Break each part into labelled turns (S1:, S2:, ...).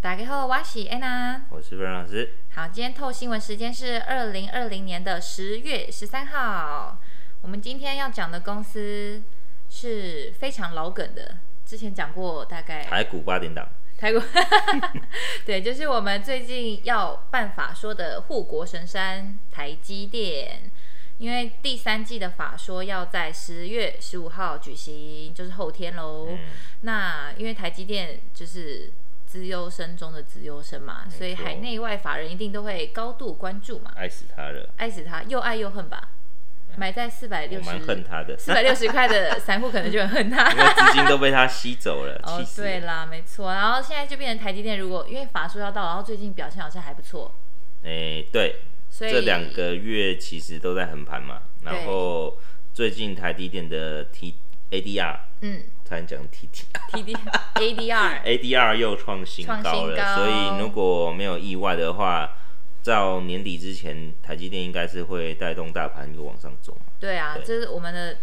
S1: 打开后，我是安娜。
S2: 我是温老师。
S1: 好，今天透新闻时间是二零二零年的十月十三号。我们今天要讲的公司是非常老梗的，之前讲过大概
S2: 台股八点档，
S1: 台股， 对，就是我们最近要办法说的护国神山台积电，因为第三季的法说要在十月十五号举行，就是后天喽。
S2: 嗯，
S1: 那因为台积电就是资优生中的资优生嘛，所以
S2: 错
S1: 海内外法人一定都会高度关注嘛，
S2: 爱死他了，
S1: 爱死他，又爱又恨吧。买在四百
S2: 嗯我
S1: 六
S2: 蛮恨
S1: 十
S2: 他的，
S1: 四百六十块的散户可能就很恨他。
S2: 因为资金都被他吸走了，
S1: 哦
S2: 气，死
S1: 对
S2: 了。
S1: 啦，没错。然后现在就变成台积电，如果因为法术要到，然后最近表现好像还不错，
S2: 哎，对，
S1: 所以
S2: 这两个月其实都在横盘嘛，然后最近台积电的 T ADR，
S1: 嗯
S2: 才能讲 TT，ADR
S1: ，T D A D R，
S2: 又创新
S1: 创
S2: 高
S1: 新
S2: 了，
S1: 高
S2: 所以如果没有意外的话。到年底之前，台积电应该是会带动大盘又往上走嘛？
S1: 对啊，
S2: 对
S1: 这是我们的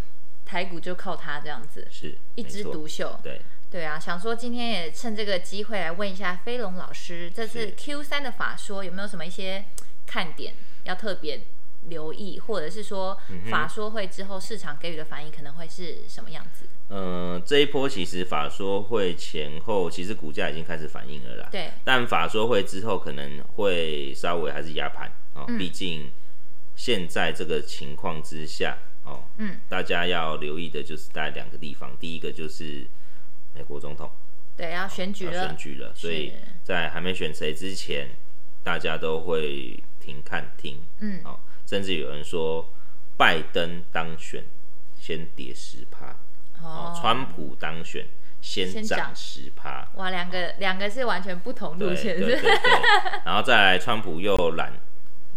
S1: 台股就靠它这样子，
S2: 是，
S1: 一
S2: 没
S1: 枝
S2: 错
S1: 独秀。
S2: 对，
S1: 对啊，想说今天也趁这个机会来问一下飞龙老师，这次
S2: 是
S1: Q 三的法说有没有什么一些看点要特别留意，或者是说
S2: 嗯
S1: 法说会之后市场给予的反应可能会是什么样子？
S2: 嗯，这一波其实法说会前后，其实股价已经开始反应了啦。
S1: 对，
S2: 但法说会之后可能会稍微还是压盘哦，
S1: 嗯
S2: 毕竟现在这个情况之下哦，
S1: 嗯，
S2: 大家要留意的就是在两个地方，第一个就是美国总统
S1: 对，要选举
S2: 要
S1: 了，
S2: 选举了，所以
S1: 是
S2: 在还没选谁之前，大家都会停看停
S1: 嗯，
S2: 哦，甚至有人说拜登当选先跌十趴。哦，川普当选先
S1: 先
S2: 涨
S1: 涨
S2: 十趴，
S1: 哇，两个两个是完全不同
S2: 对
S1: 路
S2: 对
S1: 线，
S2: 对
S1: 是不是？
S2: 对， 然后再来川普又染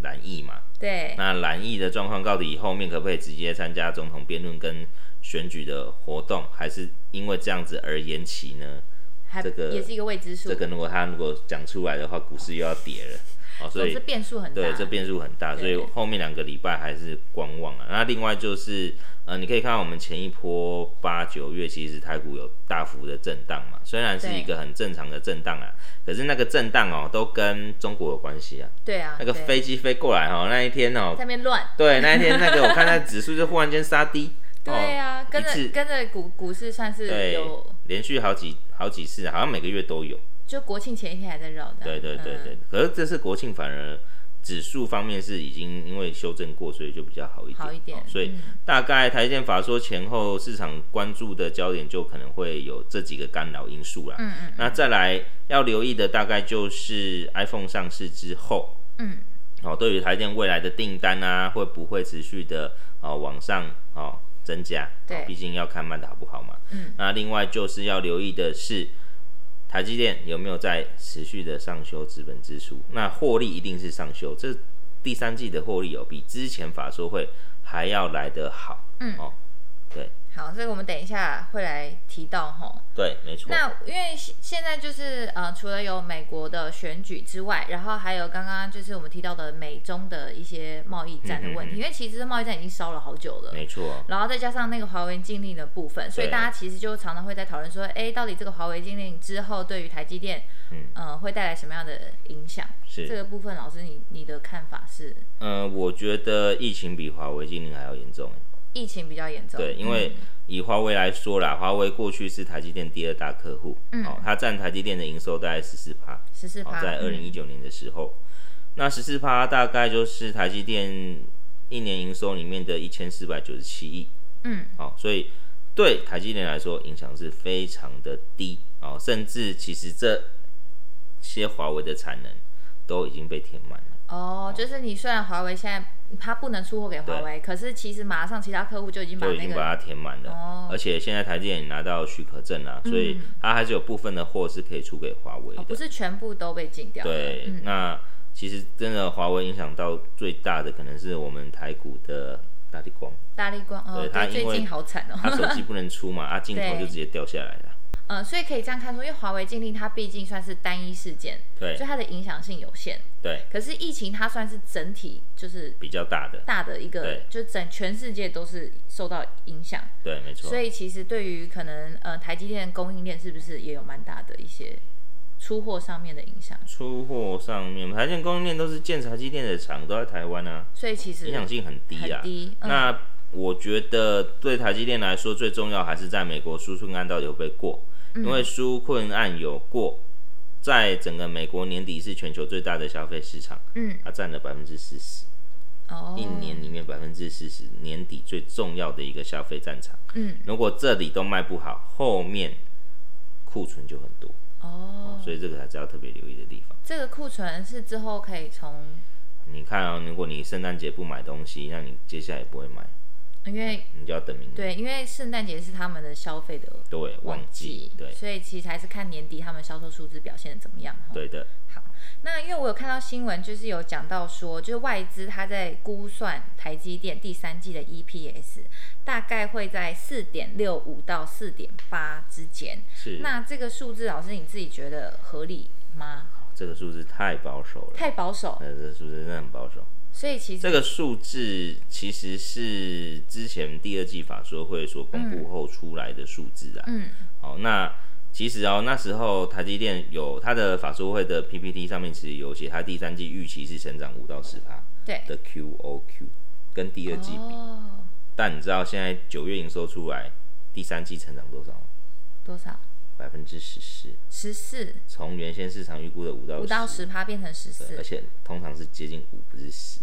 S2: 染疫嘛，
S1: 对，
S2: 那染疫的状况到底后面可不可以直接参加总统辩论跟选举的活动，还是因为这样子而延期呢？
S1: 还
S2: 这个
S1: 也是一个未知数，
S2: 这个如果他如果讲出来的话，股市又要跌了，哦，所
S1: 总
S2: 以
S1: 之变数很大。
S2: 对，这变数很大，所以
S1: 对
S2: 后面两个礼拜还是观望啊。那另外就是，呃，你可以看到我们前一波八九月，其实台股有大幅的震荡嘛，虽然是
S1: 对
S2: 一个很正常的震荡啊，可是那个震荡哦，都跟中国有关系啊。
S1: 对啊，
S2: 那个
S1: 对
S2: 飞机飞过来哦，那一天哦
S1: 在，那边乱，
S2: 对，那一天那个我看那指数就忽然间杀低，
S1: 对
S2: 哦，
S1: 啊，跟
S2: 一
S1: 着
S2: 次
S1: 跟着股股市算是
S2: 对
S1: 有，
S2: 连续好几好几次，好像每个月都有。
S1: 就国庆前一天还在绕的。嗯
S2: 对对对对，可是这次国庆反而指数方面是已经因为修正过，所以就比较好一点，
S1: 好一点
S2: 哦所以
S1: 嗯
S2: 大概台积电法说前后市场关注的焦点就可能会有这几个干扰因素啦。
S1: 嗯嗯
S2: 那再来要留意的大概就是 iPhone 上市之后，
S1: 嗯，
S2: 哦，对于台积电未来的订单啊，会不会持续的哦往上哦增加？
S1: 对
S2: 哦毕竟要看卖的好不好嘛。
S1: 嗯，
S2: 那另外就是要留意的是，台积电有没有在持续的上修资本支出？那获利一定是上修，这第三季的获利有、哦比之前法说会还要来得好。
S1: 嗯
S2: 哦，对
S1: 好，这个我们等一下会来提到吼。
S2: 对，没错。
S1: 那因为现现在就是呃，除了有美国的选举之外，然后还有刚刚就是我们提到的美中的一些贸易战的问题，
S2: 嗯嗯嗯
S1: 因为其实贸易战已经烧了好久了。
S2: 没错，
S1: 然后再加上那个华为禁令的部分，所以
S2: 对
S1: 大家其实就常常会在讨论说，哎，到底这个华为禁令之后对于台积电，
S2: 嗯
S1: 呃，会带来什么样的影响？
S2: 是
S1: 这个部分，老师你你的看法是
S2: 嗯、我觉得疫情比华为今年还要严重。欸
S1: 疫情比较严重？
S2: 对，因为以华为来说啦，华为过去是台积电第二大客户，
S1: 嗯
S2: 哦，它占台积电的营收大概十四趴，
S1: 十四
S2: 哦
S1: 趴，嗯
S2: 在二零一九年的时候，那十四趴大概就是台积电一年营收里面的一千四百九十七亿，
S1: 嗯
S2: 哦，所以对台积电来说影响是非常的低，哦，甚至其实这些华为的产能都已经被填满了。
S1: 哦，就是你虽然华为现在它不能出货给华为，可是其实马上其他客户就已经把
S2: 就已
S1: 那
S2: 经
S1: 个
S2: 把它填满了。
S1: 哦嗯
S2: 而且现在台积电也拿到许可证啦，所以它还是有部分的货是可以出给华为的。
S1: 哦不是全部都被禁掉了。
S2: 对，
S1: 嗯
S2: 那其实真的华为影响到最大的可能是我们台股的大力 光，
S1: 大力光哦，
S2: 对它
S1: 对，最
S2: 因为
S1: 近好惨
S2: 它
S1: 哦。
S2: 手机不能出嘛，啊镜头就直接掉下来了。
S1: 嗯，所以可以这样看出，因为华为禁令它毕竟算是单一事件，
S2: 对
S1: 所以它的影响性有限。
S2: 对，
S1: 可是疫情它算是整体就是
S2: 比较大的，
S1: 大的一个
S2: 对，
S1: 就整全世界都是受到影响，
S2: 对，没错
S1: 所。以其实对于可能呃台积电供应链是不是也有蛮大的一些出货上面的影响，
S2: 出货上面，台积电供应链都是建材机电的厂，都在台湾啊，
S1: 所以其实
S2: 影响性很低啊。
S1: 很低嗯
S2: 那我觉得对台积电来说，最重要还是在美国纾困案到底有被过，
S1: 嗯
S2: 因为纾困案有过，在整个美国年底是全球最大的消费市场，
S1: 嗯
S2: 它占了百分之四十，
S1: 哦，
S2: 一年里面百分之四十，年底最重要的一个消费战场。
S1: 嗯
S2: 如果这里都卖不好，后面库存就很多，
S1: 哦，
S2: 所以这个还是要特别留意的地方。
S1: 这个库存是之后可以从，
S2: 你看啊，如果你圣诞节不买东西，那你接下来也不会买，
S1: 因为
S2: 你就要等明年。
S1: 对，因为圣诞节是他们的消费的
S2: 对，旺季，对
S1: 所以其实还是看年底他们销售数字表现的怎么样。哈
S2: 对的，
S1: 好，那因为我有看到新闻，就是有讲到说，就是外资它在估算台积电第三季的 EPS 大概会在四点六五到四点八之间。
S2: 是。
S1: 那这个数字，老师你自己觉得合理吗？
S2: 这个数字太保守了，
S1: 太保守，
S2: 呃，这个数字真的很保守。
S1: 所以其实
S2: 这个数字其实是之前第二季法说会所公布后出来的数字啊。
S1: 嗯
S2: 好，那其实哦，那时候台积电有它的法说会的 PPT 上面其实有写，它第三季预期是成长五到十趴
S1: 对
S2: 的 QOQ，跟第二季比。
S1: 哦，
S2: 但你知道现在九月营收出来，第三季成长多少吗？
S1: 多少？
S2: 百分之十四，
S1: 十四
S2: 从原先市场预估的五到
S1: 五到十趴变成十
S2: 对而
S1: 四，
S2: 且通常是接近五，不是十。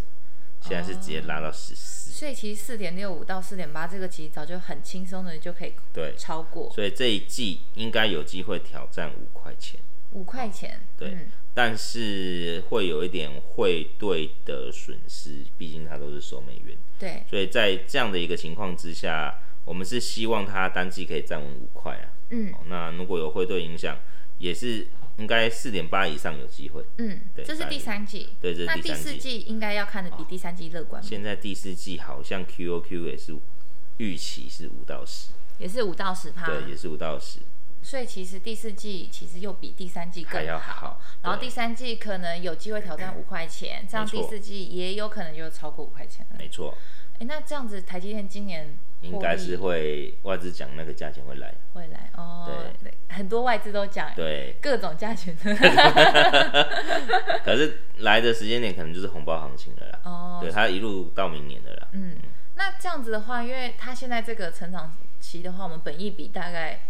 S2: 现在是直接拉到十四、
S1: 所以其实四点六五到四点八这个其实早就很轻松的就可以
S2: 对，
S1: 超过
S2: 所以这一季应该有机会挑战五块钱，
S1: 五块钱。
S2: 对
S1: 嗯
S2: 但是会有一点汇兑的损失，毕竟它都是收美元，
S1: 对，
S2: 所以在这样的一个情况之下，我们是希望它单季可以站稳五块啊。
S1: 嗯
S2: 哦，那如果有汇兑影响，也是应该四点八以上有机会。
S1: 嗯，
S2: 对
S1: 这是第三季，
S2: 对，这
S1: 那
S2: 是
S1: 第
S2: 三
S1: 四
S2: 季。哦
S1: 季应该要看的比第三季乐观吧，
S2: 现在第四季好像 QOQ 也是预期是五到十、
S1: 也是五到十趴，
S2: 对，也是五到十，
S1: 所以其实第四季其实又比第三季
S2: 还
S1: 更
S2: 要好。
S1: 然后第
S2: 对
S1: 三季可能有机会挑战五块钱，这样第四季也有可能就超过五块钱了。
S2: 没错，
S1: 哎，那这样子台积电今年
S2: 应该是
S1: 获
S2: 会外资讲那个价钱会来。
S1: 利会来哦，对，很多外资都讲
S2: 对，
S1: 各种价钱
S2: 可是来的时间点可能就是红包行情了啦。
S1: 哦
S2: 对，，它一路到明年的啦。
S1: 嗯，那这样子的话，因为它现在这个成长期的话，我们本益比大概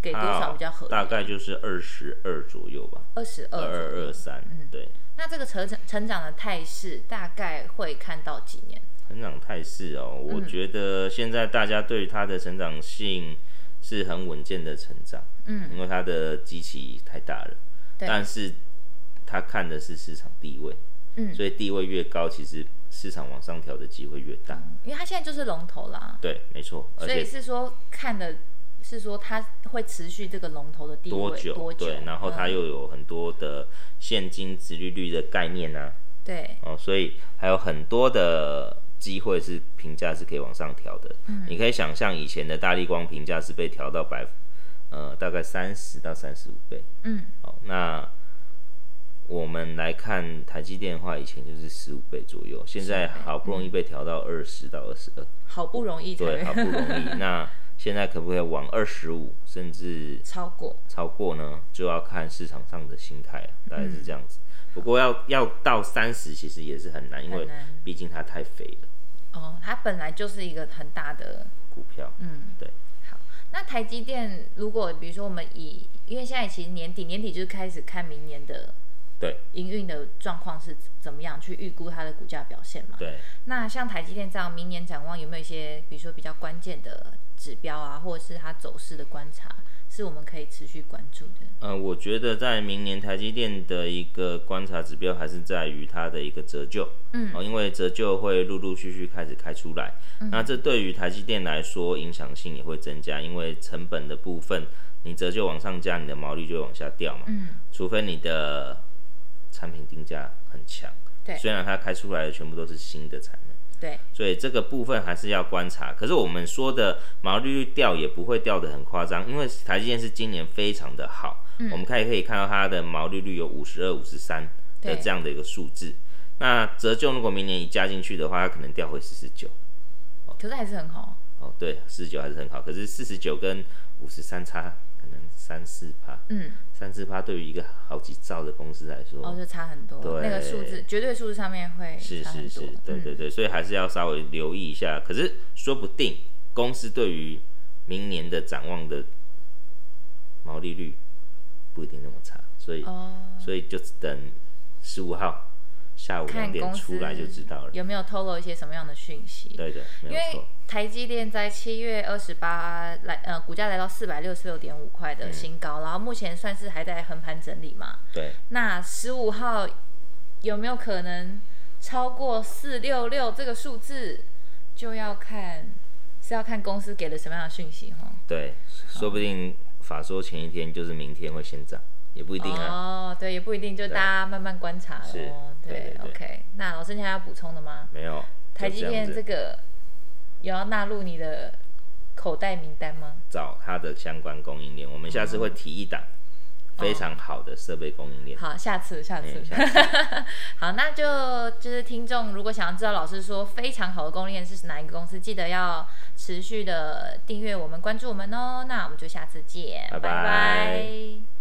S1: 给多少比较合理？
S2: 大概就是二十二左右吧，
S1: 二十
S2: 二
S1: 二。嗯
S2: 二二三。对，
S1: 那这个成长成长的态势大概会看到几年？
S2: 成长态势哦，
S1: 嗯
S2: 我觉得现在大家对它的成长性是很稳健的成长，
S1: 嗯，
S2: 因为它的基期太大了，
S1: 对
S2: 但是它看的是市场地位，
S1: 嗯
S2: 所以地位越高，其实市场往上调的机会越大，
S1: 因为它现在就是龙头啦，
S2: 对，没错，而
S1: 所以
S2: 且
S1: 是说看的是说它会持续这个龙头的地位
S2: 多久？
S1: 多久？
S2: 对，然后它
S1: 嗯
S2: 又有很多的现金殖利率的概念啊，
S1: 对
S2: 哦，所以还有很多的机会是评价是可以往上调的。
S1: 嗯
S2: 你可以想象以前的大力光评价是被调到百，呃，大概三十到三十五倍。
S1: 嗯
S2: 好，那我们来看台积电的话，以前就是十五倍左右，现在好不容易被调到二十到二十二，
S1: 好不容易才
S2: 对，好不容易。 那现在可不可以往二十五甚至
S1: 超过
S2: 超过呢，就要看市场上的心态了，大概
S1: 嗯
S2: 是这样子。不过要要到三十，其实也是很难，因为
S1: 很难
S2: 毕竟它太肥了，
S1: 哦，它本来就是一个很大的
S2: 股票。
S1: 嗯，
S2: 对。
S1: 好，那台积电如果比如说我们以，因为现在其实年底年底就是开始看明年的
S2: 对
S1: 营运的状况是怎么样去预估它的股价表现嘛。
S2: 对，
S1: 那像台积电这样明年展望有没有一些，比如说比较关键的指标啊，或者是它走势的观察，是我们可以持续关注的？
S2: 呃，我觉得在明年台积电的一个观察指标还是在于它的一个折旧，
S1: 嗯
S2: 哦，因为折旧会陆陆续续开始开出来，那这对于台积电来说影响性也会增加，因为成本的部分你折旧往上加，你的毛利就会往下掉嘛，
S1: 嗯，
S2: 除非你的产品定价很强，
S1: 对
S2: 虽然它开出来的全部都是新的产能，
S1: 对，
S2: 所以这个部分还是要观察。可是我们说的毛利率掉也不会掉得很夸张，因为台积电是今年非常的好，我们可以可以看到它的毛利率有五十二、五十三的
S1: 对
S2: 这样的一个数字。那折旧如果明年一加进去的话，它可能掉回四十九。哦
S1: 可是还是很好。
S2: 哦，对，四十九还是很好，可是四十九跟五十三差很能三四趴，
S1: 嗯，
S2: 三四趴对于一个好几兆的公司来说，
S1: 哦，就差很多，
S2: 对
S1: 那个数字绝对数字上面会
S2: 是
S1: 差很
S2: 是是
S1: 多，，嗯
S2: 对对对，所以还是要稍微留意一下。可是说不定公司对于明年的展望的毛利率不一定那么差，所以、
S1: 哦，
S2: 所以就等十五号下午两
S1: 看
S2: 点
S1: 公司
S2: 出来就知道了。
S1: 有没有透露一些什么样的讯息？
S2: 对的，没
S1: 因
S2: 有
S1: 为
S2: 错。
S1: 台积电在七月二十八来，呃，股价来到四百六十六点五块的新高，
S2: 嗯
S1: 然后目前算是还在横盘整理嘛。
S2: 对，
S1: 那十五号有没有可能超过四六六这个数字，就要看是要看公司给了什么样的讯息哈。
S2: 对，说不定法说前一天就是明天会先涨，也不一定啊。
S1: 哦，对，也不一定，就大家慢慢观察
S2: 是
S1: 咯。
S2: 对对
S1: o
S2: 对
S1: k 那老师，你还要补充的吗？
S2: 没有，
S1: 台积
S2: 就这样
S1: 电
S2: 子
S1: 这个有要纳入你的口袋名单吗？
S2: 找它的相关供应链，我们下
S1: 哦
S2: 次会提一档非常好的设备供应链。
S1: 好，下次，下次
S2: 嗯，下
S1: 好，那就就是听众如果想要知道老师说非常好的供应链是哪一个公司，记得要持续的订阅我们，关注我们哦。那我们就下次见，
S2: 拜拜
S1: 拜